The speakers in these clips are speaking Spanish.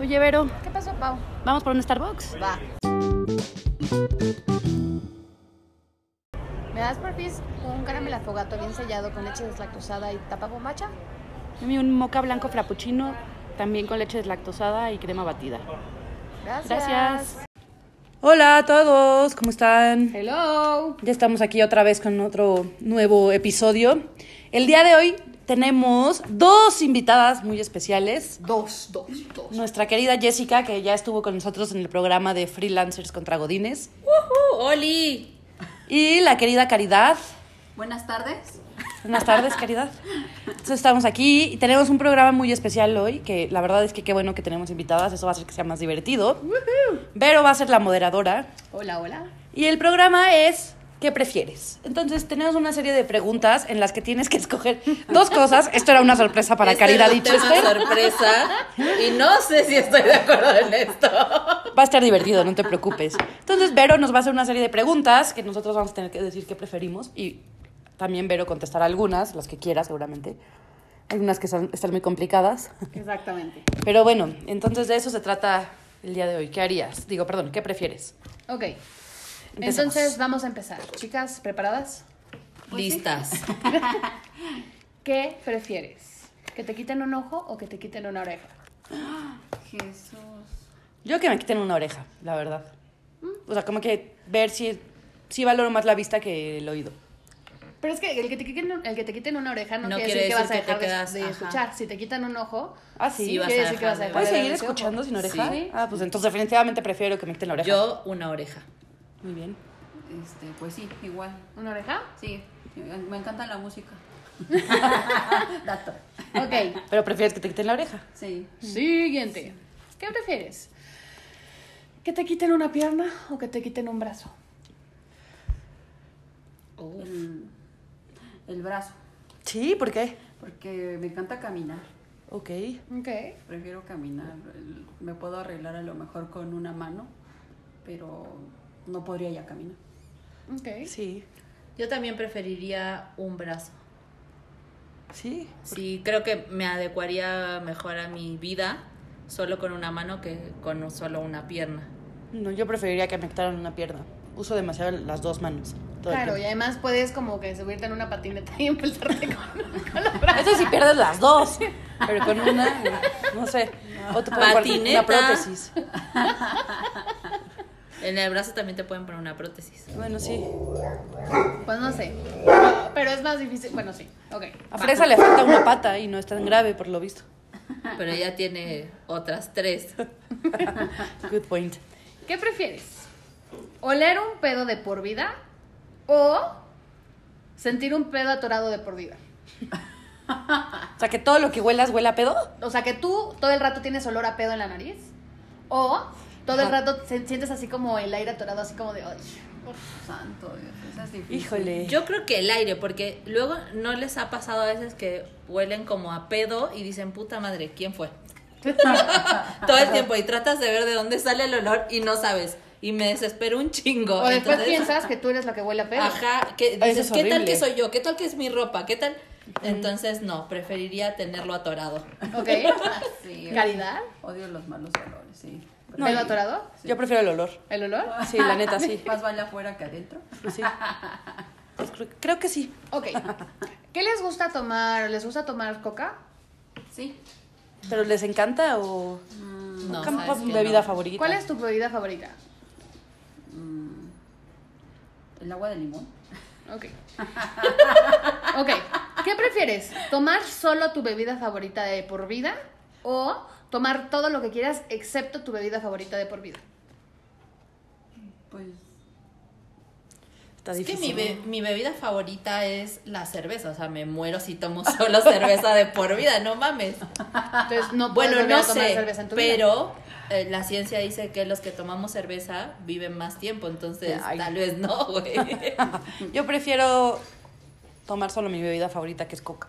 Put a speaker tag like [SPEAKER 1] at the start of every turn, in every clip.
[SPEAKER 1] Oye, Vero,
[SPEAKER 2] ¿Qué pasó, Pau?
[SPEAKER 1] ¿vamos por un Starbucks?
[SPEAKER 2] Va. ¿Me das por pis un caramel afogato bien sellado con leche deslactosada y tapa bombacha?
[SPEAKER 1] A mí un moca blanco frappuccino, también con leche deslactosada y crema batida.
[SPEAKER 2] Gracias.
[SPEAKER 1] Gracias.
[SPEAKER 3] Hola a todos, ¿cómo están?
[SPEAKER 2] Hello.
[SPEAKER 3] Ya estamos aquí otra vez con otro nuevo episodio. El día de hoy tenemos dos invitadas muy especiales.
[SPEAKER 2] Dos, dos, dos.
[SPEAKER 3] Nuestra querida Jessica, que ya estuvo con nosotros en el programa de Freelancers contra Godines.
[SPEAKER 1] ¡Oli!
[SPEAKER 3] Y la querida Caridad.
[SPEAKER 4] Buenas tardes.
[SPEAKER 3] Buenas tardes, Caridad. Entonces estamos aquí y tenemos un programa muy especial hoy, que la verdad es que qué bueno que tenemos invitadas, eso va a hacer que sea más divertido. Vero va a ser la moderadora.
[SPEAKER 2] Hola, hola.
[SPEAKER 3] Y el programa es ¿Qué prefieres? Entonces tenemos una serie de preguntas en las que tienes que escoger dos cosas. Esto era una sorpresa para
[SPEAKER 4] Este
[SPEAKER 3] Caridad
[SPEAKER 4] era un
[SPEAKER 3] y
[SPEAKER 4] tema
[SPEAKER 3] Chester.
[SPEAKER 4] sorpresa y no sé si estoy de acuerdo en esto.
[SPEAKER 3] Va a estar divertido, no te preocupes. Entonces Vero nos va a hacer una serie de preguntas que nosotros vamos a tener que decir qué preferimos y también Vero contestará algunas, las que quiera seguramente. Algunas que son- están muy complicadas.
[SPEAKER 2] Exactamente.
[SPEAKER 3] Pero bueno, entonces de eso se trata el día de hoy. ¿Qué harías? Digo, perdón, ¿qué prefieres?
[SPEAKER 2] Ok.
[SPEAKER 3] Empecemos.
[SPEAKER 2] Entonces vamos a empezar. Chicas, ¿preparadas?
[SPEAKER 5] Pues
[SPEAKER 4] Listas.
[SPEAKER 2] ¿Qué prefieres? ¿Que te quiten un ojo o que te quiten una oreja?
[SPEAKER 4] Jesús.
[SPEAKER 3] Yo que me quiten una oreja, la verdad.
[SPEAKER 2] Mm.
[SPEAKER 3] O sea, como que ver si, si valoro más la vista que el oído.
[SPEAKER 2] Pero es que el que te quiten, el que te quiten una oreja no,
[SPEAKER 4] No
[SPEAKER 2] quiere,
[SPEAKER 4] quiere
[SPEAKER 2] decir que vas a
[SPEAKER 4] decir que
[SPEAKER 2] dejar
[SPEAKER 4] te
[SPEAKER 2] de-
[SPEAKER 4] quedas,
[SPEAKER 2] de,
[SPEAKER 4] ajá.
[SPEAKER 2] escuchar. Si te quitan un ojo,
[SPEAKER 3] Ah, sí.
[SPEAKER 4] Sí, vas
[SPEAKER 2] quiere
[SPEAKER 4] a
[SPEAKER 2] decir que vas a
[SPEAKER 4] dejar de
[SPEAKER 2] dejar
[SPEAKER 3] ¿Puedes
[SPEAKER 2] de ver
[SPEAKER 3] seguir
[SPEAKER 2] ese ojo.
[SPEAKER 3] escuchando sin oreja?
[SPEAKER 4] Sí.
[SPEAKER 3] Ah, pues entonces definitivamente prefiero que me quiten la oreja.
[SPEAKER 4] Yo una oreja.
[SPEAKER 3] Muy bien.
[SPEAKER 5] Este, pues sí, igual.
[SPEAKER 2] ¿Una oreja?
[SPEAKER 5] Sí, me encanta la música.
[SPEAKER 4] Dato.
[SPEAKER 2] Ok.
[SPEAKER 3] Pero prefieres que te quiten la oreja.
[SPEAKER 5] Sí.
[SPEAKER 2] Siguiente. ¿Qué prefieres? ¿Que te quiten una pierna o que te quiten un brazo?
[SPEAKER 5] El, el brazo.
[SPEAKER 3] Sí, ¿por qué?
[SPEAKER 5] Porque me encanta caminar.
[SPEAKER 3] Ok.
[SPEAKER 2] Ok.
[SPEAKER 5] Prefiero caminar. El- Me puedo arreglar a lo mejor con una mano, pero no podría ya caminar.
[SPEAKER 2] Ok.
[SPEAKER 3] Sí.
[SPEAKER 4] Yo también preferiría un brazo.
[SPEAKER 3] Sí.
[SPEAKER 4] Sí, creo que me adecuaría mejor a mi vida solo con una mano que con solo una pierna.
[SPEAKER 3] No, yo preferiría que me quitaran una pierna. Uso demasiado las dos manos. todo el
[SPEAKER 2] Claro, y
[SPEAKER 3] tiempo.
[SPEAKER 2] además puedes como que subirte en una patineta y impulsarte con, con los brazos.
[SPEAKER 3] Eso sí pierdes las dos. Pero con una, eh, no sé. O te pueden poner
[SPEAKER 4] Patineta.
[SPEAKER 3] una prótesis.
[SPEAKER 4] En el brazo también te pueden poner una prótesis.
[SPEAKER 3] Bueno, sí.
[SPEAKER 2] Pues no sé. Pero, pero es más difícil. Bueno, sí. Ok.
[SPEAKER 3] A Fresa le falta una pata y no es tan grave, por lo visto.
[SPEAKER 4] Pero ella tiene otras tres.
[SPEAKER 3] Good point.
[SPEAKER 2] ¿Qué prefieres? ¿Oler un pedo de por vida o sentir un pedo atorado de por vida?
[SPEAKER 3] O sea, que todo lo que huelas huela a pedo.
[SPEAKER 2] O sea, que tú todo el rato tienes olor a pedo en la nariz. O todo el rato se- sientes así como el aire atorado, así como de. "Ay".
[SPEAKER 5] Santo Dios, eso es difícil.
[SPEAKER 3] Híjole.
[SPEAKER 4] Yo creo que el aire, porque luego no les ha pasado a veces que huelen como a pedo y dicen, puta madre, ¿quién fue? Todo el tiempo y tratas de ver de dónde sale el olor y no sabes. Y me desespero un chingo.
[SPEAKER 2] O después
[SPEAKER 4] Entonces,
[SPEAKER 2] piensas que tú eres la que huele a pedo.
[SPEAKER 4] Ajá, que
[SPEAKER 3] Eso
[SPEAKER 4] dices,
[SPEAKER 3] es
[SPEAKER 4] ¿qué tal
[SPEAKER 3] horrible.
[SPEAKER 4] que soy yo? ¿Qué tal que es mi ropa? ¿Qué tal? Entonces, no, preferiría tenerlo atorado.
[SPEAKER 2] Ok.
[SPEAKER 5] Sí,
[SPEAKER 2] ¿Calidad?
[SPEAKER 5] Odio los malos olores, sí.
[SPEAKER 3] No,
[SPEAKER 2] ¿Pedo
[SPEAKER 3] yo-
[SPEAKER 2] atorado?
[SPEAKER 3] Yo prefiero el olor.
[SPEAKER 2] ¿El olor?
[SPEAKER 3] Sí, la neta, sí.
[SPEAKER 5] Más vale afuera que adentro.
[SPEAKER 3] Pues sí. Pues creo, creo que sí.
[SPEAKER 2] Ok. ¿Qué les gusta tomar? ¿Les gusta tomar coca?
[SPEAKER 5] Sí.
[SPEAKER 3] ¿Pero les encanta o
[SPEAKER 4] No,
[SPEAKER 3] ¿Cuál
[SPEAKER 4] sabes
[SPEAKER 3] es
[SPEAKER 4] que
[SPEAKER 3] Mm. mi
[SPEAKER 4] no.
[SPEAKER 3] bebida favorita?
[SPEAKER 2] ¿Cuál es tu bebida favorita? Mm,
[SPEAKER 5] El agua de limón.
[SPEAKER 2] Ok. Ok. ¿Qué prefieres? ¿Tomar solo tu bebida favorita de por vida? ¿O tomar todo lo que quieras excepto tu bebida favorita de por vida?
[SPEAKER 5] Pues
[SPEAKER 3] Está
[SPEAKER 4] Es que
[SPEAKER 3] difícil.
[SPEAKER 4] mi, be- mi bebida favorita es la cerveza. O sea, me muero si tomo solo cerveza de por vida, no mames.
[SPEAKER 2] Entonces no puedes
[SPEAKER 4] Bueno,
[SPEAKER 2] volver
[SPEAKER 4] no
[SPEAKER 2] a tomar
[SPEAKER 4] sé,
[SPEAKER 2] cerveza en tu vida.
[SPEAKER 4] pero eh, la ciencia dice que los que tomamos cerveza viven más tiempo, entonces
[SPEAKER 3] Ay.
[SPEAKER 4] tal vez no, güey.
[SPEAKER 3] Yo prefiero tomar solo mi bebida favorita, que es coca.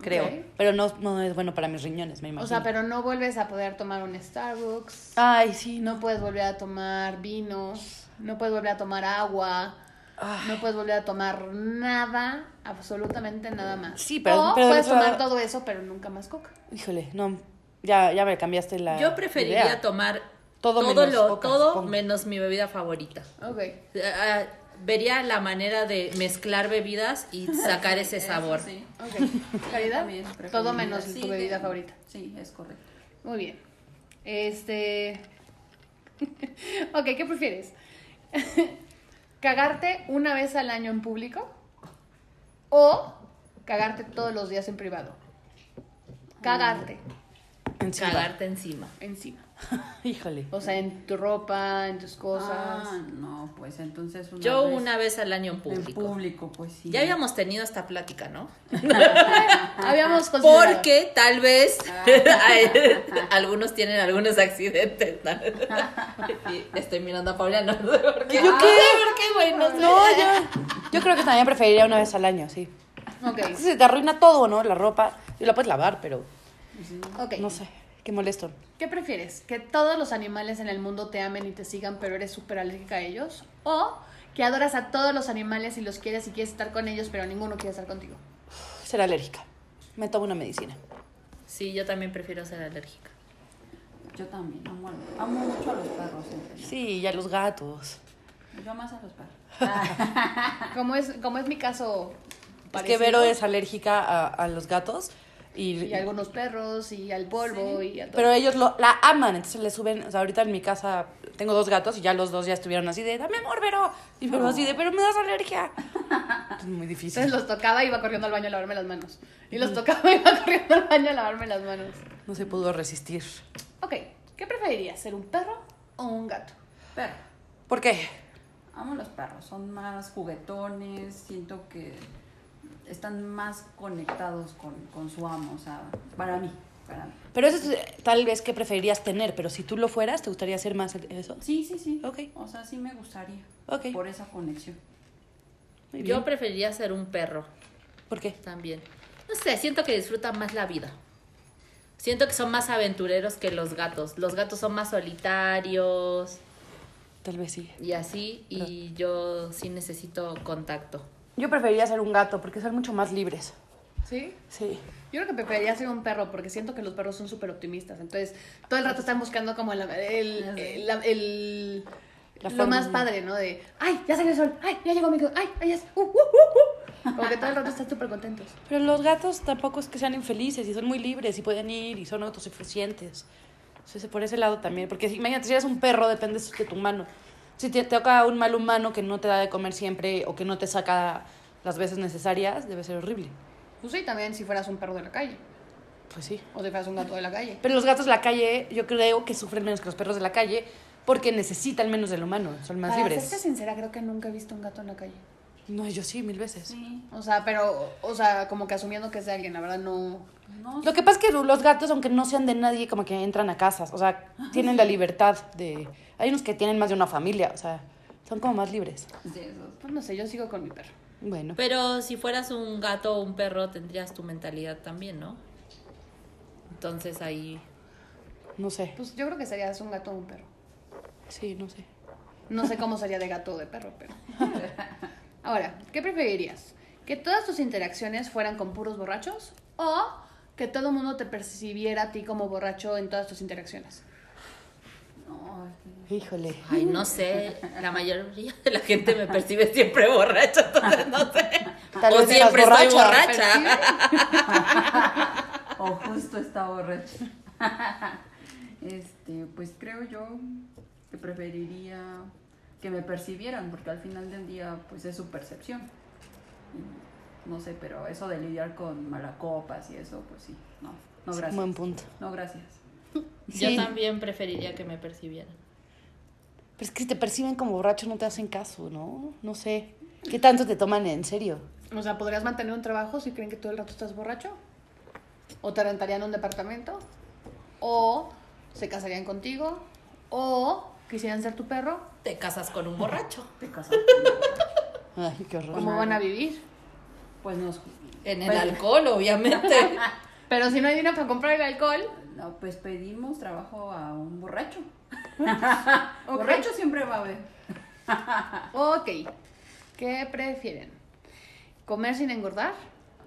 [SPEAKER 3] Creo.
[SPEAKER 2] Ok.
[SPEAKER 3] Pero no, no es bueno para mis riñones, me imagino.
[SPEAKER 2] O sea, pero no vuelves a poder tomar un Starbucks.
[SPEAKER 3] Ay, sí,
[SPEAKER 2] No
[SPEAKER 3] no.
[SPEAKER 2] puedes volver a tomar vino. No puedes volver a tomar agua.
[SPEAKER 3] Ah.
[SPEAKER 2] No puedes volver a tomar nada, absolutamente nada más.
[SPEAKER 3] Sí, pero-
[SPEAKER 2] O
[SPEAKER 3] pero
[SPEAKER 2] puedes
[SPEAKER 3] del otro
[SPEAKER 2] tomar
[SPEAKER 3] lado-
[SPEAKER 2] todo eso, pero nunca más coca.
[SPEAKER 3] Híjole, no. Ya, ya me cambiaste la.
[SPEAKER 4] Yo preferiría
[SPEAKER 3] idea.
[SPEAKER 4] tomar
[SPEAKER 3] Todo
[SPEAKER 4] todo,
[SPEAKER 3] menos
[SPEAKER 4] lo-
[SPEAKER 3] coca,
[SPEAKER 4] todo
[SPEAKER 3] supongo.
[SPEAKER 4] menos mi bebida favorita.
[SPEAKER 2] Ok.
[SPEAKER 4] Eh, ah, Vería la manera de mezclar bebidas y sacar ese sabor.
[SPEAKER 5] Sí,
[SPEAKER 2] Ok. Caridad,
[SPEAKER 5] también preferiría-
[SPEAKER 2] todo menos
[SPEAKER 5] sí,
[SPEAKER 2] tu bebida
[SPEAKER 5] de-
[SPEAKER 2] favorita.
[SPEAKER 5] Sí, es correcto.
[SPEAKER 2] Muy bien. Este. ok, ¿qué prefieres? ¿Cagarte una vez al año en público? ¿O cagarte todos los días en privado? Cagarte
[SPEAKER 3] Encima.
[SPEAKER 4] Cagarte encima.
[SPEAKER 2] encima.
[SPEAKER 3] Híjole.
[SPEAKER 2] O sea, en tu ropa, en tus cosas.
[SPEAKER 5] Ah, no, pues entonces una
[SPEAKER 4] Yo
[SPEAKER 5] vez
[SPEAKER 4] una vez al año en
[SPEAKER 5] en
[SPEAKER 4] público.
[SPEAKER 5] público, pues sí.
[SPEAKER 4] Ya habíamos tenido esta plática, ¿no?
[SPEAKER 3] Ah.
[SPEAKER 2] Habíamos considerado.
[SPEAKER 4] Porque tal vez algunos tienen algunos accidentes. ¿no? Y estoy mirando a Paula, no sé por qué.
[SPEAKER 3] ¿Yo
[SPEAKER 4] No
[SPEAKER 3] qué?
[SPEAKER 4] sé por qué, güey, no sé.
[SPEAKER 3] No, yo, yo creo que también preferiría una vez al año, sí.
[SPEAKER 2] Ok,
[SPEAKER 3] Es que Se te arruina todo, ¿no? La ropa. Y la puedes lavar, pero
[SPEAKER 2] ok.
[SPEAKER 3] no sé. Qué molesto.
[SPEAKER 2] ¿Qué prefieres? ¿Que todos los animales en el mundo te amen y te sigan, pero eres súper alérgica a ellos? ¿O que adoras a todos los animales y los quieres y quieres estar con ellos, pero ninguno quiere estar contigo?
[SPEAKER 3] Ser alérgica. Me tomo una medicina.
[SPEAKER 4] Sí, yo también prefiero ser alérgica.
[SPEAKER 5] Yo también, amo, a- amo mucho a los perros. en realidad.
[SPEAKER 3] Sí, ya los gatos.
[SPEAKER 5] Yo más a los perros.
[SPEAKER 2] Como es, como es mi caso.
[SPEAKER 3] Es que
[SPEAKER 2] parecido,
[SPEAKER 3] Vero es alérgica a, a los gatos. Y,
[SPEAKER 2] Y a algunos perros, y al polvo, y a todo.
[SPEAKER 3] Pero ellos lo- la aman, entonces le suben. O sea, ahorita en mi casa tengo dos gatos y ya los dos ya estuvieron así de, dame amor, Vero. Y Vero así de, pero me das alergia. Es muy difícil.
[SPEAKER 2] Entonces los tocaba y iba corriendo al baño a lavarme las manos. Y los tocaba y iba corriendo al baño a lavarme las manos.
[SPEAKER 3] No se pudo resistir.
[SPEAKER 2] Ok, ¿qué preferirías? ¿Ser un perro o un gato?
[SPEAKER 5] Perro.
[SPEAKER 3] ¿Por qué?
[SPEAKER 5] Amo los perros, son más juguetones, siento que están más conectados con, con su amo, o sea, para mí, para mí.
[SPEAKER 3] Pero eso es eh, tal vez que preferirías tener, pero si tú lo fueras, ¿te gustaría hacer más el- eso?
[SPEAKER 5] Sí, sí, sí.
[SPEAKER 3] Ok.
[SPEAKER 5] O sea, sí me gustaría.
[SPEAKER 3] Ok.
[SPEAKER 5] Por esa conexión.
[SPEAKER 3] Muy
[SPEAKER 4] Yo
[SPEAKER 3] bien.
[SPEAKER 4] preferiría ser un perro
[SPEAKER 3] ¿Por qué?
[SPEAKER 4] también. No sé, siento que disfrutan más la vida. Siento que son más aventureros que los gatos. Los gatos son más solitarios
[SPEAKER 3] Tal vez sí.
[SPEAKER 4] y así. Y yo sí necesito contacto.
[SPEAKER 3] Yo preferiría ser un gato porque son mucho más libres.
[SPEAKER 2] ¿Sí?
[SPEAKER 3] Sí.
[SPEAKER 2] Yo creo que preferiría ser un perro porque siento que los perros son súper optimistas. Entonces, todo el rato están buscando como el, el- el- la- el- lo
[SPEAKER 3] La forma,
[SPEAKER 2] más
[SPEAKER 3] ¿no?
[SPEAKER 2] padre, ¿no? De, ay, ya salió el sol, ay, ya llegó mi co- ay, ay, ya. es- uh, uh, uh, uh". Como que todo el rato están súper contentos.
[SPEAKER 3] Pero los gatos tampoco es que sean infelices y son muy libres y pueden ir y son autosuficientes. Entonces, por ese lado también. Porque si- imagínate, si eres un perro, dependes de tu humano. Si te toca un mal humano que no te da de comer siempre o que no te saca las veces necesarias, debe ser horrible.
[SPEAKER 2] Pues sí, también si fueras un perro de la calle
[SPEAKER 3] Pues sí.
[SPEAKER 2] o si fueras un gato de la calle.
[SPEAKER 3] Pero los gatos de la calle, yo creo que sufren menos que los perros de la calle porque necesitan menos del humano, son más
[SPEAKER 2] Para
[SPEAKER 3] libres.
[SPEAKER 2] serte sincera, creo que nunca he visto un gato en la calle.
[SPEAKER 3] No, yo sí, mil veces.
[SPEAKER 5] Sí.
[SPEAKER 2] O sea, pero, o sea, como que asumiendo que es de alguien, la verdad no.
[SPEAKER 5] No
[SPEAKER 3] Lo que pasa es que los gatos, aunque no sean de nadie, como que entran a casas, o sea, tienen la libertad de... Hay unos que tienen más de una familia, o sea, son como más libres.
[SPEAKER 5] sé, esos.
[SPEAKER 2] Pues no sé, yo sigo con mi perro.
[SPEAKER 3] Bueno,
[SPEAKER 4] Pero si fueras un gato o un perro, tendrías tu mentalidad también, ¿no? Entonces ahí.
[SPEAKER 3] no sé.
[SPEAKER 2] Pues yo creo que serías un gato o un perro.
[SPEAKER 3] Sí, no sé.
[SPEAKER 2] No sé cómo sería de gato o de perro, pero. Ahora, ¿qué preferirías? ¿Que todas tus interacciones fueran con puros borrachos? ¿O que todo el mundo te percibiera a ti como borracho en todas tus interacciones?
[SPEAKER 5] No, es que-
[SPEAKER 3] Híjole.
[SPEAKER 4] Ay, no sé. La mayoría de la gente me percibe siempre borracho, entonces no sé.
[SPEAKER 3] Tal
[SPEAKER 4] o
[SPEAKER 3] vez eras
[SPEAKER 4] siempre estoy
[SPEAKER 3] borracha.
[SPEAKER 4] borracha.
[SPEAKER 5] o justo está borracho. este, pues creo yo que preferiría que me percibieran, porque al final del día, pues es su percepción. Y No sé, pero eso de lidiar con malacopas y eso, pues sí, no, no
[SPEAKER 3] Sí,
[SPEAKER 5] gracias.
[SPEAKER 3] buen punto.
[SPEAKER 5] No gracias.
[SPEAKER 4] Yo
[SPEAKER 3] Sí.
[SPEAKER 4] también preferiría que me percibieran.
[SPEAKER 3] Pero es que si te perciben como borracho no te hacen caso, ¿no? No sé. ¿Qué tanto te toman en serio?
[SPEAKER 2] O sea, ¿podrías mantener un trabajo si creen que todo el rato estás borracho? ¿O te rentarían un departamento? ¿O se casarían contigo? ¿O quisieran ser tu perro?
[SPEAKER 4] Te casas con un borracho.
[SPEAKER 5] Te casas conmigo.
[SPEAKER 3] Ay, qué horror.
[SPEAKER 2] ¿Cómo van a vivir?
[SPEAKER 5] Pues nos.
[SPEAKER 4] En el
[SPEAKER 5] pues-
[SPEAKER 4] alcohol, obviamente.
[SPEAKER 2] Pero si no hay dinero para comprar el alcohol,
[SPEAKER 5] No, pues pedimos trabajo a un borracho.
[SPEAKER 2] Ok.
[SPEAKER 5] Borracho siempre va a haber.
[SPEAKER 2] Ok, ¿qué prefieren? ¿Comer sin engordar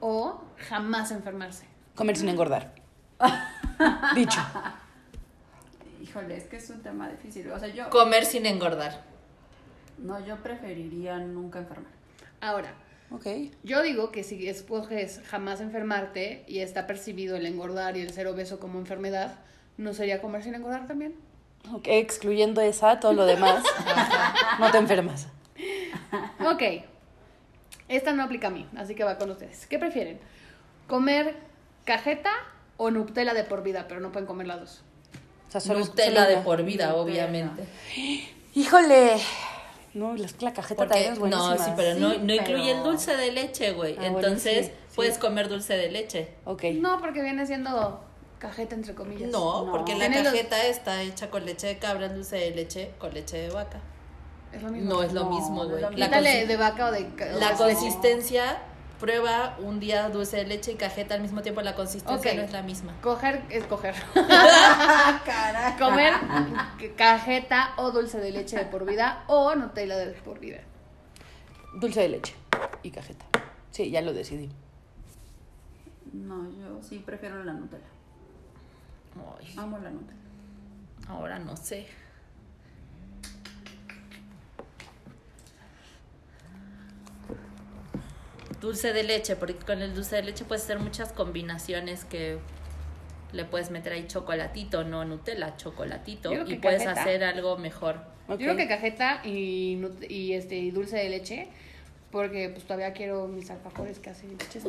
[SPEAKER 2] o jamás enfermarse?
[SPEAKER 3] Comer sin engordar. Dicho.
[SPEAKER 5] Híjole, es que es un tema difícil. O sea, yo.
[SPEAKER 4] Comer sin engordar.
[SPEAKER 5] No, yo preferiría nunca enfermar.
[SPEAKER 2] Ahora,
[SPEAKER 3] Ok.
[SPEAKER 2] yo digo que si escoges jamás enfermarte y está percibido el engordar y el ser obeso como enfermedad, ¿no sería comer sin engordar también?
[SPEAKER 3] Ok, excluyendo esa, todo lo demás, no te enfermas.
[SPEAKER 2] Ok. Esta no aplica a mí, así que va con ustedes. ¿Qué prefieren? ¿Comer cajeta o Nutella de por vida? Pero no pueden comer las dos.
[SPEAKER 3] O sea, solo-
[SPEAKER 4] Nutella
[SPEAKER 3] solo
[SPEAKER 4] de
[SPEAKER 3] una.
[SPEAKER 4] por vida, obviamente.
[SPEAKER 3] Híjole. No, la, la cajeta
[SPEAKER 4] Porque,
[SPEAKER 3] también es buenísima.
[SPEAKER 4] no, sí, pero no,
[SPEAKER 5] Sí,
[SPEAKER 4] no incluye
[SPEAKER 5] pero-
[SPEAKER 4] el dulce de leche, güey.
[SPEAKER 3] Ah, bueno,
[SPEAKER 4] Entonces,
[SPEAKER 3] sí, sí.
[SPEAKER 4] puedes comer dulce de leche.
[SPEAKER 3] Ok.
[SPEAKER 2] No, porque viene siendo cajeta entre comillas.
[SPEAKER 4] No,
[SPEAKER 5] No.
[SPEAKER 4] porque la
[SPEAKER 2] Tiene los-
[SPEAKER 4] cajeta está hecha con leche de cabra, el dulce de leche con leche de vaca.
[SPEAKER 2] Es lo mismo.
[SPEAKER 4] No es lo
[SPEAKER 5] No,
[SPEAKER 4] mismo,
[SPEAKER 5] no
[SPEAKER 4] güey.
[SPEAKER 5] es lo
[SPEAKER 4] La
[SPEAKER 5] mismo.
[SPEAKER 2] Quítale
[SPEAKER 4] consi-
[SPEAKER 2] de vaca o de... ca- o
[SPEAKER 4] La
[SPEAKER 2] de-
[SPEAKER 4] consistencia, prueba un día dulce de leche y cajeta al mismo tiempo, la consistencia
[SPEAKER 2] Ok.
[SPEAKER 4] no es la misma.
[SPEAKER 2] Coger es coger. Comer c- cajeta o dulce de leche de por vida o Nutella de por vida.
[SPEAKER 3] Dulce de leche y cajeta. Sí, ya lo decidí.
[SPEAKER 5] No, yo sí prefiero la Nutella.
[SPEAKER 4] Ay,
[SPEAKER 5] Amo la Nutella.
[SPEAKER 4] ahora no sé. Dulce de leche, porque con el dulce de leche puedes hacer muchas combinaciones que le puedes meter ahí chocolatito, no Nutella, chocolatito.
[SPEAKER 2] Yo creo
[SPEAKER 4] Y
[SPEAKER 2] que
[SPEAKER 4] puedes
[SPEAKER 2] cajeta.
[SPEAKER 4] hacer algo mejor.
[SPEAKER 3] Ok.
[SPEAKER 2] Yo creo que cajeta y, nut- y este y dulce de leche, porque pues todavía quiero mis alfajores casi leches.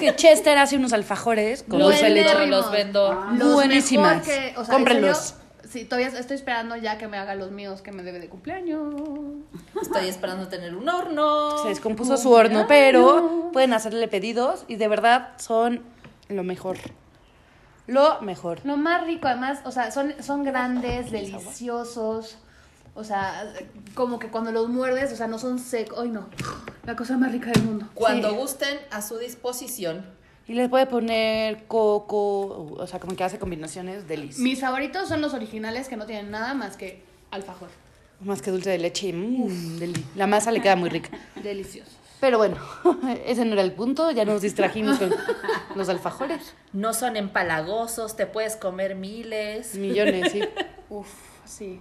[SPEAKER 3] Que Chester hace unos alfajores con
[SPEAKER 4] Los
[SPEAKER 3] dulce de leche.
[SPEAKER 4] vendo, los vendo.
[SPEAKER 3] Buenísimas. Cómprenlos.
[SPEAKER 2] Sí, todavía estoy esperando ya que me haga los míos que me debe de cumpleaños.
[SPEAKER 4] Estoy esperando tener un horno.
[SPEAKER 3] Se descompuso su horno, pero pueden hacerle pedidos y de verdad son lo mejor. Lo mejor.
[SPEAKER 2] Lo más rico, además, o sea, son, son grandes, deliciosos. O sea, como que cuando los muerdes, o sea, no son secos. Ay, no. La cosa más rica del mundo.
[SPEAKER 4] Cuando
[SPEAKER 2] Sí.
[SPEAKER 4] gusten, a su disposición.
[SPEAKER 3] Y les puede poner coco, o sea, como que hace combinaciones delis.
[SPEAKER 2] Mis favoritos son los originales que no tienen nada más que alfajor.
[SPEAKER 3] Más que dulce de leche. mm, deli. La masa le queda muy rica.
[SPEAKER 2] Deliciosos.
[SPEAKER 3] Pero bueno, ese no era el punto. Ya nos distrajimos con los alfajores.
[SPEAKER 4] No son empalagosos, te puedes comer miles.
[SPEAKER 3] Millones, sí.
[SPEAKER 2] Uf, sí.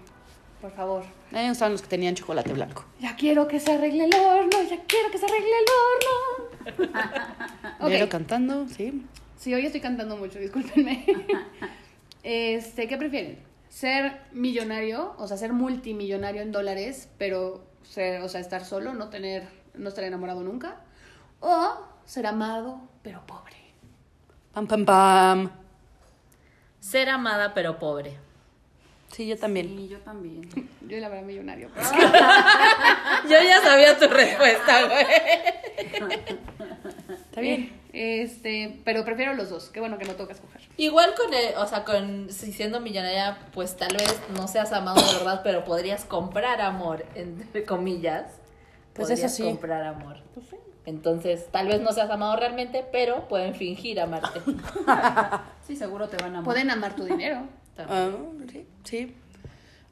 [SPEAKER 2] Por favor.
[SPEAKER 3] A mí me gustaban los que tenían chocolate blanco.
[SPEAKER 2] Ya quiero que se arregle el horno, ya quiero que se arregle el horno.
[SPEAKER 3] Vero
[SPEAKER 2] Ah, Ok.
[SPEAKER 3] cantando, sí.
[SPEAKER 2] Sí, hoy estoy cantando mucho, discúlpenme. este, ¿qué prefieren? ¿Ser millonario? O sea, ser multimillonario en dólares, pero ser, o sea, estar solo, no tener, no estar enamorado nunca. O ser amado, pero pobre.
[SPEAKER 3] Pam, pam, pam.
[SPEAKER 4] Ser amada pero pobre.
[SPEAKER 3] Sí, yo también.
[SPEAKER 5] Y yo también.
[SPEAKER 2] Yo la verdad millonario. pero-
[SPEAKER 4] Yo ya sabía tu respuesta, güey.
[SPEAKER 3] Está bien.
[SPEAKER 2] Este, pero prefiero los dos. Qué bueno que no toca escoger.
[SPEAKER 4] Igual con el, o sea, con si siendo millonaria, pues tal vez no seas amado de verdad, pero podrías comprar amor, entre comillas.
[SPEAKER 3] Pues
[SPEAKER 4] podrías
[SPEAKER 3] eso sí.
[SPEAKER 4] comprar amor. Entonces, tal vez no seas amado realmente, pero pueden fingir amarte.
[SPEAKER 5] Sí, seguro te van a amar.
[SPEAKER 2] Pueden amar tu dinero.
[SPEAKER 3] Ah, sí, sí.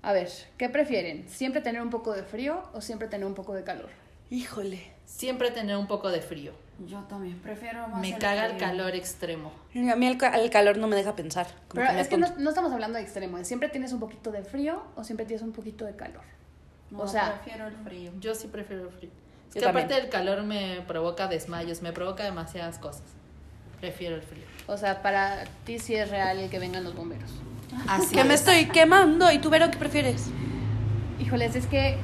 [SPEAKER 2] A ver, ¿qué prefieren? ¿Siempre tener un poco de frío o siempre tener un poco de calor?
[SPEAKER 3] Híjole.
[SPEAKER 4] Siempre tener un poco de frío.
[SPEAKER 5] Yo también prefiero más.
[SPEAKER 4] Me caga el
[SPEAKER 5] frío.
[SPEAKER 4] calor extremo.
[SPEAKER 3] A mí el, ca- el calor no me deja pensar. Como
[SPEAKER 2] Pero
[SPEAKER 3] me
[SPEAKER 2] es que no,
[SPEAKER 3] atonta.
[SPEAKER 2] no estamos hablando de extremo. es ¿Siempre tienes un poquito de frío o siempre tienes un poquito de calor?
[SPEAKER 5] No,
[SPEAKER 2] o sea,
[SPEAKER 5] prefiero el frío.
[SPEAKER 4] Yo sí prefiero el frío. Es
[SPEAKER 3] Yo
[SPEAKER 4] que aparte
[SPEAKER 3] también.
[SPEAKER 4] del calor me provoca desmayos, me provoca demasiadas cosas. Prefiero el frío.
[SPEAKER 2] o sea, para ti sí es real el que vengan los bomberos.
[SPEAKER 4] Así
[SPEAKER 3] Que me
[SPEAKER 4] es.
[SPEAKER 3] estoy quemando. ¿Y tú, Vero, qué prefieres?
[SPEAKER 2] Híjoles, es que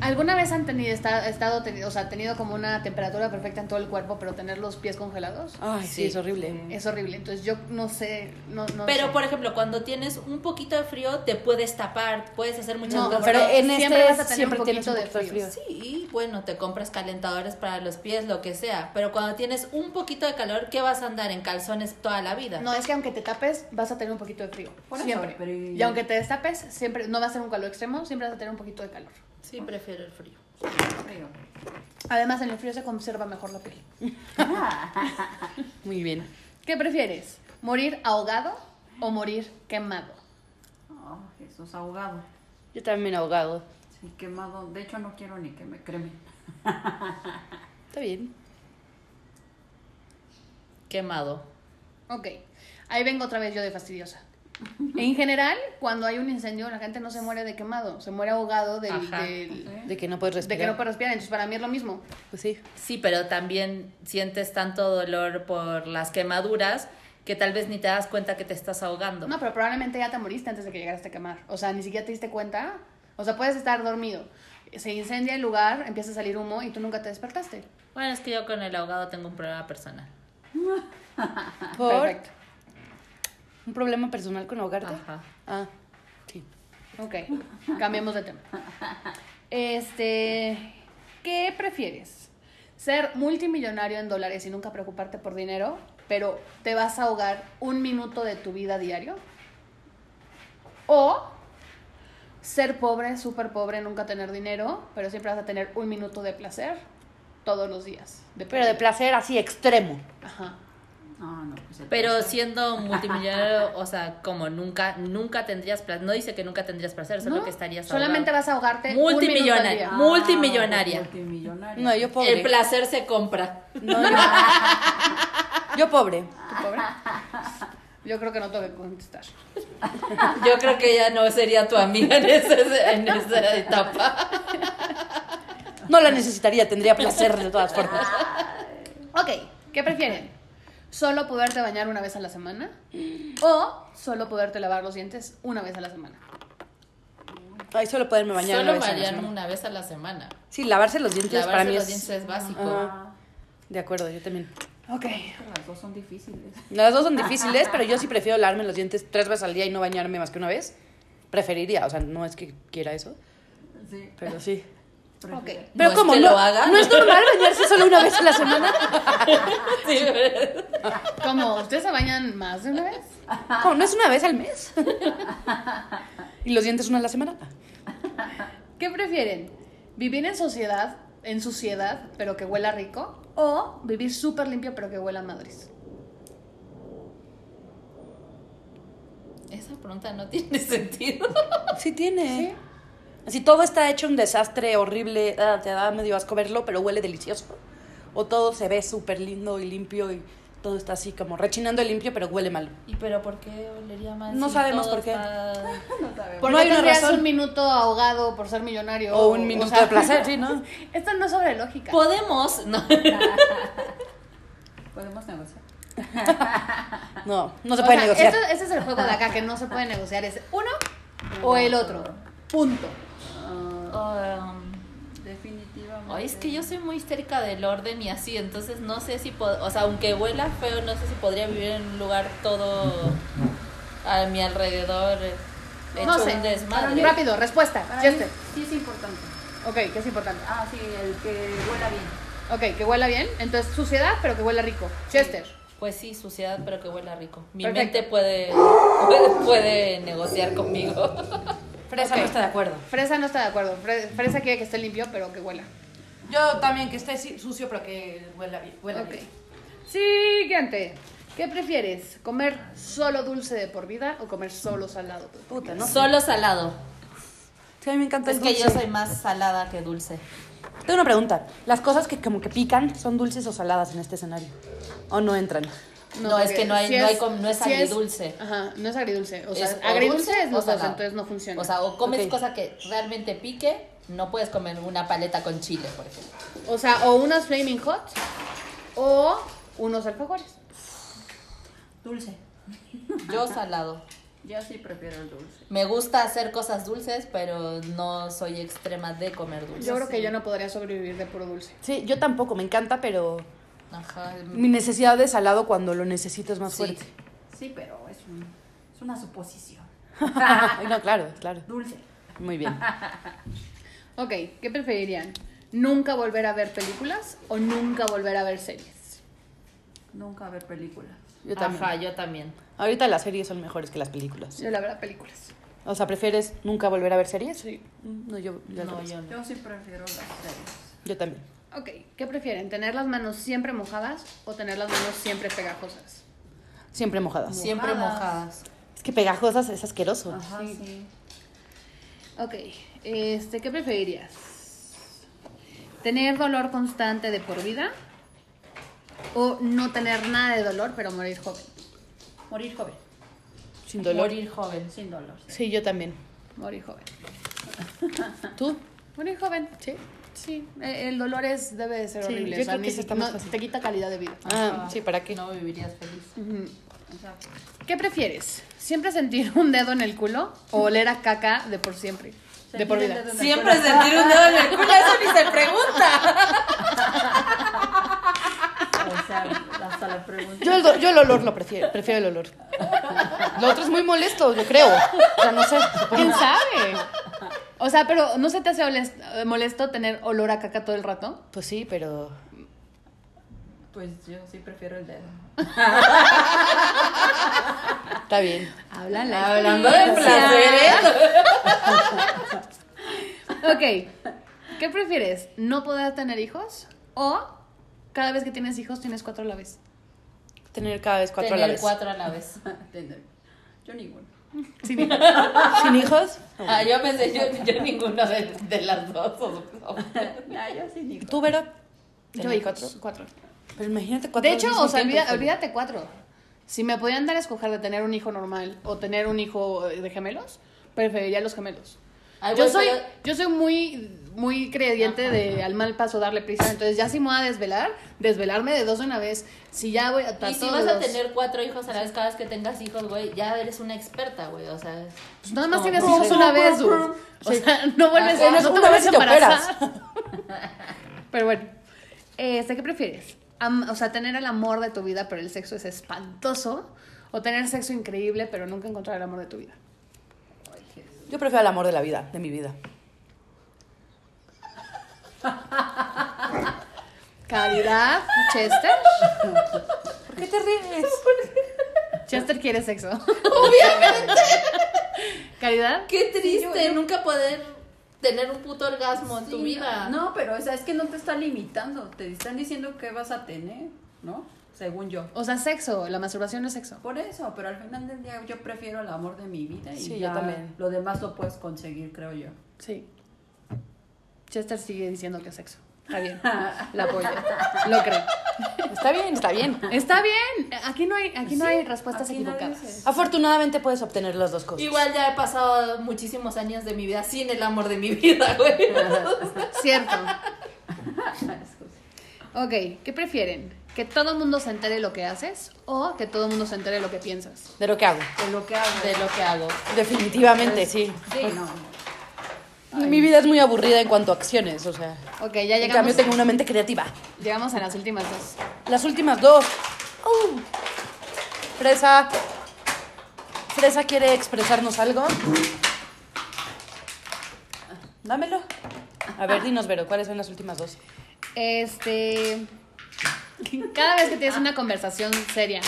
[SPEAKER 2] alguna vez han tenido esta- estado teni- o sea, tenido como una temperatura perfecta en todo el cuerpo, pero tener los pies congelados
[SPEAKER 3] Ay, sí,
[SPEAKER 4] Sí.
[SPEAKER 3] es horrible.
[SPEAKER 2] es horrible. Entonces yo no sé, no, no
[SPEAKER 4] Pero
[SPEAKER 2] sé.
[SPEAKER 4] por ejemplo, cuando tienes un poquito de frío, te puedes tapar, puedes hacer muchas
[SPEAKER 2] No,
[SPEAKER 4] cosas.
[SPEAKER 3] Pero en
[SPEAKER 2] siempre
[SPEAKER 3] este
[SPEAKER 2] vas a tener
[SPEAKER 3] siempre
[SPEAKER 2] un
[SPEAKER 3] tienes un
[SPEAKER 2] poquito de
[SPEAKER 3] poquito de frío.
[SPEAKER 2] frío.
[SPEAKER 4] Sí, bueno, te compras calentadores para los pies, lo que sea. Pero cuando tienes un poquito de calor, ¿qué vas a andar en calzones toda la vida?
[SPEAKER 2] No, es que aunque te tapes, vas a tener un poquito de frío.
[SPEAKER 5] Por eso,
[SPEAKER 2] siempre.
[SPEAKER 5] pero-
[SPEAKER 2] Y aunque te destapes, siempre no va a ser un calor extremo, siempre vas a tener un poquito de calor.
[SPEAKER 4] Sí, prefiero el frío.
[SPEAKER 5] Frío.
[SPEAKER 2] Además, en el frío se conserva mejor la piel.
[SPEAKER 3] Muy bien.
[SPEAKER 2] ¿Qué prefieres? ¿Morir ahogado o morir quemado?
[SPEAKER 5] Oh, Jesús, ahogado.
[SPEAKER 3] Yo también ahogado.
[SPEAKER 5] Sí, quemado. De hecho, no quiero ni que me cremen.
[SPEAKER 3] Está bien.
[SPEAKER 4] Quemado.
[SPEAKER 2] Ok, ahí vengo otra vez yo de fastidiosa. En general, cuando hay un incendio, la gente no se muere de quemado, se muere ahogado del,
[SPEAKER 4] Ajá.
[SPEAKER 2] del-
[SPEAKER 3] De que no puedes
[SPEAKER 2] de
[SPEAKER 3] respirar.
[SPEAKER 2] que no puede respirar. Entonces, para mí es lo mismo.
[SPEAKER 3] Pues sí.
[SPEAKER 4] Sí, pero también sientes tanto dolor por las quemaduras que tal vez ni te das cuenta que te estás ahogando.
[SPEAKER 2] No, pero probablemente ya te moriste antes de que llegaras a quemar. O sea, ni siquiera te diste cuenta. O sea, puedes estar dormido. Se incendia el lugar, empieza a salir humo y tú nunca te despertaste.
[SPEAKER 4] Bueno, es que yo con el ahogado tengo un problema personal.
[SPEAKER 3] Por
[SPEAKER 2] Perfecto.
[SPEAKER 3] un problema personal con ahogarte.
[SPEAKER 4] Ajá.
[SPEAKER 3] Ah, sí.
[SPEAKER 2] Ok, cambiemos de tema. Este, ¿qué prefieres? ¿Ser multimillonario en dólares y nunca preocuparte por dinero, pero te vas a ahogar un minuto de tu vida diario? ¿O ser pobre, súper pobre, nunca tener dinero, pero siempre vas a tener un minuto de placer todos los días? De
[SPEAKER 3] Pero de
[SPEAKER 2] perdido?
[SPEAKER 3] placer así extremo.
[SPEAKER 2] Ajá.
[SPEAKER 5] No, no, pues el
[SPEAKER 4] Pero
[SPEAKER 5] placer.
[SPEAKER 4] siendo multimillonario, o sea, como nunca, nunca tendrías placer. No dice que nunca tendrías placer, solo
[SPEAKER 2] No,
[SPEAKER 4] que estarías
[SPEAKER 2] solamente vas a ahogarte un minuto al
[SPEAKER 4] Multimillonario.
[SPEAKER 2] día.
[SPEAKER 4] multimillonaria.
[SPEAKER 5] Ah, multimillonaria.
[SPEAKER 3] No, yo pobre.
[SPEAKER 4] El placer se compra.
[SPEAKER 3] No, yo... yo pobre.
[SPEAKER 2] ¿Tú pobre? Yo creo que no tengo que contestar.
[SPEAKER 4] Yo creo que ya no sería tu amiga en, ese- en esa etapa.
[SPEAKER 3] No la necesitaría, tendría placer de todas formas.
[SPEAKER 2] Ok, ¿qué prefieren? ¿Solo poderte bañar una vez a la semana? ¿O solo poderte lavar los dientes una vez a la semana?
[SPEAKER 3] Ay, solo poderme bañar una
[SPEAKER 4] Solo
[SPEAKER 3] vez a la
[SPEAKER 4] varían
[SPEAKER 3] semana.
[SPEAKER 4] una vez a la semana.
[SPEAKER 3] Sí, lavarse los dientes
[SPEAKER 4] Lavarse
[SPEAKER 3] para mí
[SPEAKER 4] los
[SPEAKER 3] es...
[SPEAKER 4] dientes es básico.
[SPEAKER 3] Ajá. De acuerdo, yo también.
[SPEAKER 2] Ok.
[SPEAKER 5] Las dos son difíciles.
[SPEAKER 3] Las dos son difíciles, pero yo sí prefiero lavarme los dientes tres veces al día y no bañarme más que una vez. Preferiría, o sea, no es que quiera eso,
[SPEAKER 5] Sí.
[SPEAKER 3] pero sí.
[SPEAKER 5] prefiero.
[SPEAKER 2] Ok.
[SPEAKER 3] Pero
[SPEAKER 4] No es
[SPEAKER 3] como
[SPEAKER 4] que
[SPEAKER 3] no,
[SPEAKER 4] lo haga.
[SPEAKER 3] no es normal bañarse solo una vez a la semana.
[SPEAKER 4] Sí, pero-
[SPEAKER 2] ¿Cómo? ¿Ustedes se bañan más de una vez?
[SPEAKER 3] Como no es una vez al mes. Y los dientes una a la semana.
[SPEAKER 2] ¿Qué prefieren? ¿Vivir en sociedad, en suciedad, pero que huela rico? ¿O vivir súper limpio, pero que huela a madres?
[SPEAKER 4] Esa pregunta no tiene sentido.
[SPEAKER 3] Sí tiene. Si todo está hecho un desastre horrible, ah, te da medio asco verlo, pero huele delicioso. O todo se ve súper lindo y limpio y todo está así como rechinando y limpio, pero huele mal.
[SPEAKER 4] ¿Y pero por qué olería más?
[SPEAKER 3] No
[SPEAKER 4] si
[SPEAKER 3] sabemos
[SPEAKER 4] todo
[SPEAKER 3] por qué.
[SPEAKER 4] está-
[SPEAKER 5] No sabemos.
[SPEAKER 2] ¿Por
[SPEAKER 3] No
[SPEAKER 2] qué
[SPEAKER 3] hay una
[SPEAKER 2] tendrías
[SPEAKER 3] razón.
[SPEAKER 2] un minuto ahogado por ser millonario?
[SPEAKER 3] O un minuto
[SPEAKER 2] sea,
[SPEAKER 3] de placer, sí, ¿no? Pues,
[SPEAKER 2] Esto no es sobre lógica.
[SPEAKER 4] Podemos. No.
[SPEAKER 5] Podemos negociar.
[SPEAKER 3] No, no se
[SPEAKER 2] O
[SPEAKER 3] puede
[SPEAKER 2] sea,
[SPEAKER 3] negociar.
[SPEAKER 2] esto- este es el juego de acá que no se puede negociar. Es uno o el otro. Punto.
[SPEAKER 5] Ah,
[SPEAKER 4] Um,
[SPEAKER 5] definitivamente.
[SPEAKER 4] ay, es que yo soy muy cerca del orden y así, entonces no sé si, pod- o sea, aunque huela feo, no sé si podría vivir en un lugar todo a mi alrededor eh, hecho
[SPEAKER 2] No sé.
[SPEAKER 4] un desmadre.
[SPEAKER 2] Rápido, respuesta.
[SPEAKER 5] Para mí
[SPEAKER 2] Chester.
[SPEAKER 5] sí es importante.
[SPEAKER 2] Ok, que es importante.
[SPEAKER 5] Ah, sí, el que huela bien.
[SPEAKER 2] Ok, que huela bien. Entonces, suciedad, pero que huela rico. Chester.
[SPEAKER 4] Pues sí, suciedad, pero que huela rico. Mi
[SPEAKER 2] Perfecto.
[SPEAKER 4] mente puede, puede, puede negociar conmigo.
[SPEAKER 3] Fresa no está de acuerdo.
[SPEAKER 2] Fresa no está de acuerdo. Fre- Fresa quiere que esté limpio, pero que huela.
[SPEAKER 3] Yo también, que esté sucio, pero que huela bien.
[SPEAKER 2] Ok. Siguiente. ¿Qué prefieres? ¿Comer solo dulce de por vida o comer solo salado? de por vida?
[SPEAKER 3] Puta, ¿no?
[SPEAKER 4] Solo salado.
[SPEAKER 3] Sí, a mí me encanta
[SPEAKER 4] Es
[SPEAKER 3] el
[SPEAKER 4] que
[SPEAKER 3] dulce.
[SPEAKER 4] yo soy más salada que dulce.
[SPEAKER 3] Tengo una pregunta. ¿Las cosas que como que pican son dulces o saladas en este escenario? ¿O no entran?
[SPEAKER 4] No, es
[SPEAKER 2] porque
[SPEAKER 4] que no hay- no
[SPEAKER 2] es-
[SPEAKER 4] hay com- no es agridulce.
[SPEAKER 2] Ajá, no es agridulce. O sea,
[SPEAKER 4] Es o
[SPEAKER 2] agridulce
[SPEAKER 4] dulce
[SPEAKER 2] es
[SPEAKER 4] o
[SPEAKER 2] los dos,
[SPEAKER 4] salado.
[SPEAKER 2] entonces no funciona.
[SPEAKER 4] O sea, o comes
[SPEAKER 3] Ok.
[SPEAKER 4] cosa que realmente pique, no puedes comer una paleta con chile, por ejemplo.
[SPEAKER 2] O sea, o unos Flaming Hot o unos alfajores.
[SPEAKER 5] Dulce.
[SPEAKER 4] Yo salado.
[SPEAKER 5] Yo sí prefiero el dulce.
[SPEAKER 4] Me gusta hacer cosas dulces, pero no soy extrema de comer dulce.
[SPEAKER 2] Yo creo que yo no podría sobrevivir de puro dulce.
[SPEAKER 3] Sí, yo tampoco, me encanta, pero
[SPEAKER 4] Ajá.
[SPEAKER 3] mi necesidad de salado cuando lo necesito es más
[SPEAKER 4] Sí.
[SPEAKER 3] fuerte.
[SPEAKER 5] Sí, pero es, un- es una suposición.
[SPEAKER 3] Ay, no, claro, claro.
[SPEAKER 5] Dulce.
[SPEAKER 3] Muy bien.
[SPEAKER 2] Ok, ¿qué preferirían? ¿Nunca volver a ver películas o nunca volver a ver series?
[SPEAKER 5] Nunca ver películas.
[SPEAKER 3] Yo también.
[SPEAKER 4] Ajá, yo también.
[SPEAKER 3] Ahorita las series son mejores que las películas.
[SPEAKER 2] Yo la verdad películas.
[SPEAKER 3] O sea, ¿prefieres nunca volver a ver series?
[SPEAKER 2] Sí.
[SPEAKER 3] Mm, No, yo, yo al
[SPEAKER 4] No,
[SPEAKER 3] revés.
[SPEAKER 4] yo no.
[SPEAKER 5] Yo sí prefiero las series.
[SPEAKER 3] Yo también.
[SPEAKER 2] Ok, ¿qué prefieren? ¿Tener las manos siempre mojadas o tener las manos siempre pegajosas?
[SPEAKER 3] Siempre mojadas.
[SPEAKER 4] Siempre
[SPEAKER 5] Mojadas.
[SPEAKER 4] mojadas.
[SPEAKER 3] Es que pegajosas es asqueroso.
[SPEAKER 2] Ah,
[SPEAKER 5] Ajá, sí.
[SPEAKER 2] Ok, este, ¿qué preferirías? ¿Tener dolor constante de por vida o no tener nada de dolor pero morir joven?
[SPEAKER 5] Morir joven.
[SPEAKER 3] Sin dolor.
[SPEAKER 4] Morir joven.
[SPEAKER 5] Sin dolor.
[SPEAKER 1] Sí, yo también.
[SPEAKER 2] Morir joven.
[SPEAKER 1] ¿Tú?
[SPEAKER 2] Morir joven.
[SPEAKER 1] Sí.
[SPEAKER 2] Sí, el, el dolor es, debe de ser
[SPEAKER 1] Sí,
[SPEAKER 2] horrible.
[SPEAKER 1] yo
[SPEAKER 2] o sea,
[SPEAKER 1] creo que
[SPEAKER 2] ni
[SPEAKER 1] sí está
[SPEAKER 2] si-
[SPEAKER 1] más
[SPEAKER 2] no,
[SPEAKER 1] fácil.
[SPEAKER 2] Te quita calidad de vida.
[SPEAKER 1] Ah, sí, ¿para qué?
[SPEAKER 5] No vivirías feliz.
[SPEAKER 2] ¿Qué prefieres? ¿Siempre sentir un dedo en el culo o oler a caca de por siempre? De por vida.
[SPEAKER 4] Siempre sentir un dedo en el culo, eso ni se pregunta.
[SPEAKER 5] O sea, hasta la pregunta.
[SPEAKER 3] Yo el, do- yo el olor lo prefiero, prefiero el olor. Lo otro es muy molesto, yo creo. O sea, no sé. supongo.
[SPEAKER 2] ¿Quién sabe? O sea, pero ¿no se te hace olest- molesto tener olor a caca todo el rato?
[SPEAKER 3] Pues sí, pero.
[SPEAKER 5] Pues yo sí prefiero el dedo.
[SPEAKER 3] Está bien.
[SPEAKER 2] Hablan
[SPEAKER 4] Hablando de placeres.
[SPEAKER 2] Ok. ¿Qué prefieres? ¿No poder tener hijos? ¿O cada vez que tienes hijos tienes cuatro a la vez?
[SPEAKER 3] Tener cada vez cuatro a la
[SPEAKER 4] Tener
[SPEAKER 3] vez.
[SPEAKER 4] cuatro a la vez.
[SPEAKER 5] Tener. Yo ninguno.
[SPEAKER 3] ¿Sin hijos?
[SPEAKER 4] Ah, yo pensé, yo, yo ninguno de, de las dos. o- o-
[SPEAKER 5] Ah, yo sí ninguno.
[SPEAKER 3] ¿Tú, Vero?
[SPEAKER 2] Yo
[SPEAKER 3] ¿Tener
[SPEAKER 2] hijos,
[SPEAKER 3] cuatro?
[SPEAKER 2] Cuatro.
[SPEAKER 3] Pero imagínate cuatro.
[SPEAKER 2] De hecho,
[SPEAKER 3] al mismo
[SPEAKER 2] o sea,
[SPEAKER 3] tiempo,
[SPEAKER 2] olvida-
[SPEAKER 3] híjole.
[SPEAKER 2] olvídate cuatro. Si me pudieran dar a escoger de tener un hijo normal o tener un hijo eh, de gemelos, preferiría los gemelos.
[SPEAKER 4] Ay,
[SPEAKER 2] yo,
[SPEAKER 4] güey,
[SPEAKER 2] soy,
[SPEAKER 4] Ah, pero-
[SPEAKER 2] yo soy muy muy creyente de al mal paso darle prisa. Entonces, ya si me voy a desvelar, desvelarme de dos de una vez. Si ya voy a
[SPEAKER 4] Y si
[SPEAKER 2] todos
[SPEAKER 4] vas a
[SPEAKER 2] los-
[SPEAKER 4] tener cuatro hijos a la vez cada vez que tengas hijos, güey, ya eres una experta, güey. O sea,
[SPEAKER 2] Pues nada más
[SPEAKER 4] No,
[SPEAKER 2] tienes
[SPEAKER 4] no,
[SPEAKER 2] hijos
[SPEAKER 4] no,
[SPEAKER 2] una
[SPEAKER 4] no,
[SPEAKER 2] vez,
[SPEAKER 3] no, Ah,
[SPEAKER 2] Uf. O sea, no vuelves
[SPEAKER 4] Ajá.
[SPEAKER 2] a no te
[SPEAKER 3] Una vez
[SPEAKER 2] vuelves a
[SPEAKER 3] y te
[SPEAKER 2] embarazar. Pero bueno. Este, ¿qué prefieres? Am- o sea, tener el amor de tu vida, pero el sexo es espantoso. O tener sexo increíble, pero nunca encontrar el amor de tu vida.
[SPEAKER 3] Yo prefiero el amor de la vida, de mi vida.
[SPEAKER 2] Caridad, Chester.
[SPEAKER 3] ¿Por qué te ríes?
[SPEAKER 2] Chester quiere sexo. Obviamente. Caridad.
[SPEAKER 4] qué triste nunca poder tener un puto orgasmo en tu
[SPEAKER 5] Sí,
[SPEAKER 4] vida.
[SPEAKER 5] No, pero o sea, es que no te está limitando. Te están diciendo que vas a tener, ¿no? Según yo.
[SPEAKER 2] O sea, sexo. La masturbación no es sexo.
[SPEAKER 5] Por eso, pero al final del día yo prefiero el amor de mi vida y
[SPEAKER 3] Sí, yo
[SPEAKER 5] ya
[SPEAKER 3] también.
[SPEAKER 5] lo demás lo puedes conseguir, creo yo.
[SPEAKER 2] Sí. Chester sigue diciendo que es sexo. Está bien. La apoyo. Lo creo.
[SPEAKER 3] Está bien, está bien.
[SPEAKER 2] Está bien. Aquí no hay, aquí no hay respuestas
[SPEAKER 5] Aquí no
[SPEAKER 2] equivocadas.
[SPEAKER 5] dices.
[SPEAKER 3] Afortunadamente puedes obtener las dos cosas.
[SPEAKER 4] Igual ya he pasado muchísimos años de mi vida sin el amor de mi vida, güey.
[SPEAKER 2] Cierto. Ok, ¿qué prefieren? ¿Que todo el mundo se entere lo que haces o que todo el mundo se entere lo que piensas?
[SPEAKER 3] De lo que hago.
[SPEAKER 5] De lo que hago.
[SPEAKER 4] De lo que hago.
[SPEAKER 3] Definitivamente, sí.
[SPEAKER 5] Sí, no.
[SPEAKER 3] Mi vida es muy aburrida en cuanto a acciones, o sea.
[SPEAKER 2] Ok, ya
[SPEAKER 3] En cambio,
[SPEAKER 2] llegamos,
[SPEAKER 3] tengo una mente creativa.
[SPEAKER 2] llegamos a las últimas dos.
[SPEAKER 3] Las últimas dos. Uh. Fresa. Fresa quiere expresarnos algo. Dámelo. A ver, dinos, Vero, ¿cuáles son las últimas dos?
[SPEAKER 2] Este. Cada vez que tienes una conversación seria,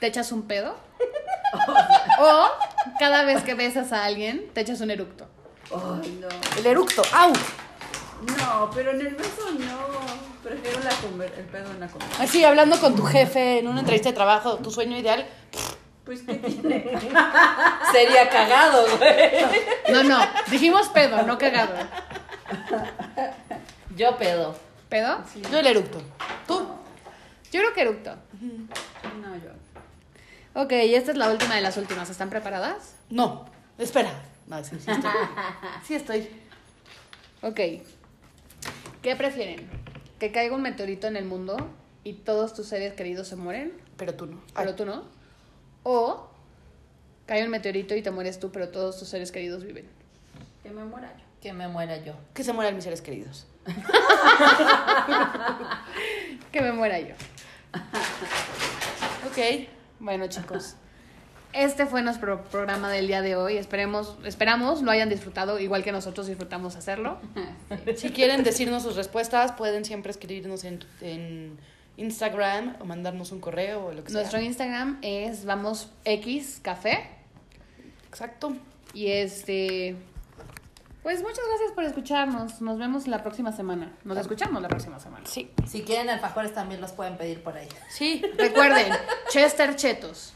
[SPEAKER 2] ¿te echas un pedo? O cada vez que besas a alguien, te echas un eructo.
[SPEAKER 5] Ay, no.
[SPEAKER 3] El eructo. ¡Au!
[SPEAKER 5] No, pero en el beso no. Prefiero la conver- el pedo en la conversación.
[SPEAKER 3] Así, hablando con tu jefe en una entrevista de trabajo, tu sueño ideal.
[SPEAKER 5] Pues qué tiene.
[SPEAKER 4] Sería cagado, güey.
[SPEAKER 2] No, no, dijimos pedo, no cagado.
[SPEAKER 4] Yo pedo.
[SPEAKER 2] ¿Pedo?
[SPEAKER 3] Yo el eructo. ¿Tú?
[SPEAKER 2] Yo creo que eructo.
[SPEAKER 5] No, yo.
[SPEAKER 2] Ok, y esta es la última de las últimas. ¿Están preparadas?
[SPEAKER 3] No. Espera. No, sí, sí estoy. Sí estoy.
[SPEAKER 2] Ok. ¿Qué prefieren? ¿Que caiga un meteorito en el mundo y todos tus seres queridos se mueren,
[SPEAKER 3] Pero tú no.
[SPEAKER 2] pero tú no? ¿O cae un meteorito y te mueres tú, pero todos tus seres queridos viven?
[SPEAKER 5] Que me muera yo.
[SPEAKER 4] Que me muera yo.
[SPEAKER 3] Que se mueran mis seres queridos.
[SPEAKER 2] Que me muera yo.
[SPEAKER 3] Ok.
[SPEAKER 2] Bueno, chicos. Este fue nuestro programa del día de hoy. Esperemos, esperamos lo hayan disfrutado igual que nosotros disfrutamos hacerlo.
[SPEAKER 3] Si quieren decirnos sus respuestas, pueden siempre escribirnos en, en Instagram o mandarnos un correo o lo que sea.
[SPEAKER 2] Nuestro Instagram es vamos x café
[SPEAKER 3] Exacto.
[SPEAKER 2] y este pues muchas gracias por escucharnos. Nos vemos la próxima semana. Nos escuchamos la próxima semana.
[SPEAKER 3] Sí.
[SPEAKER 4] Si quieren alfajores también los pueden pedir por ahí.
[SPEAKER 3] Sí.
[SPEAKER 2] Recuerden, Chester Chetos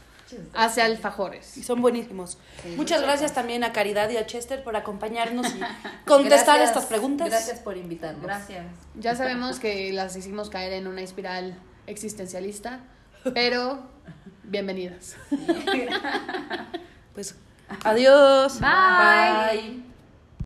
[SPEAKER 2] hace
[SPEAKER 3] Y
[SPEAKER 2] alfajores.
[SPEAKER 3] son buenísimos. Muchas gracias también a Caridad y a Chester por acompañarnos y contestar
[SPEAKER 4] Gracias-
[SPEAKER 3] estas preguntas.
[SPEAKER 4] Gracias por invitarnos.
[SPEAKER 5] Gracias.
[SPEAKER 2] Ya sabemos que las hicimos caer en una espiral existencialista, pero
[SPEAKER 5] bienvenidas.
[SPEAKER 2] Pues, adiós.
[SPEAKER 5] Bye.
[SPEAKER 4] Bye.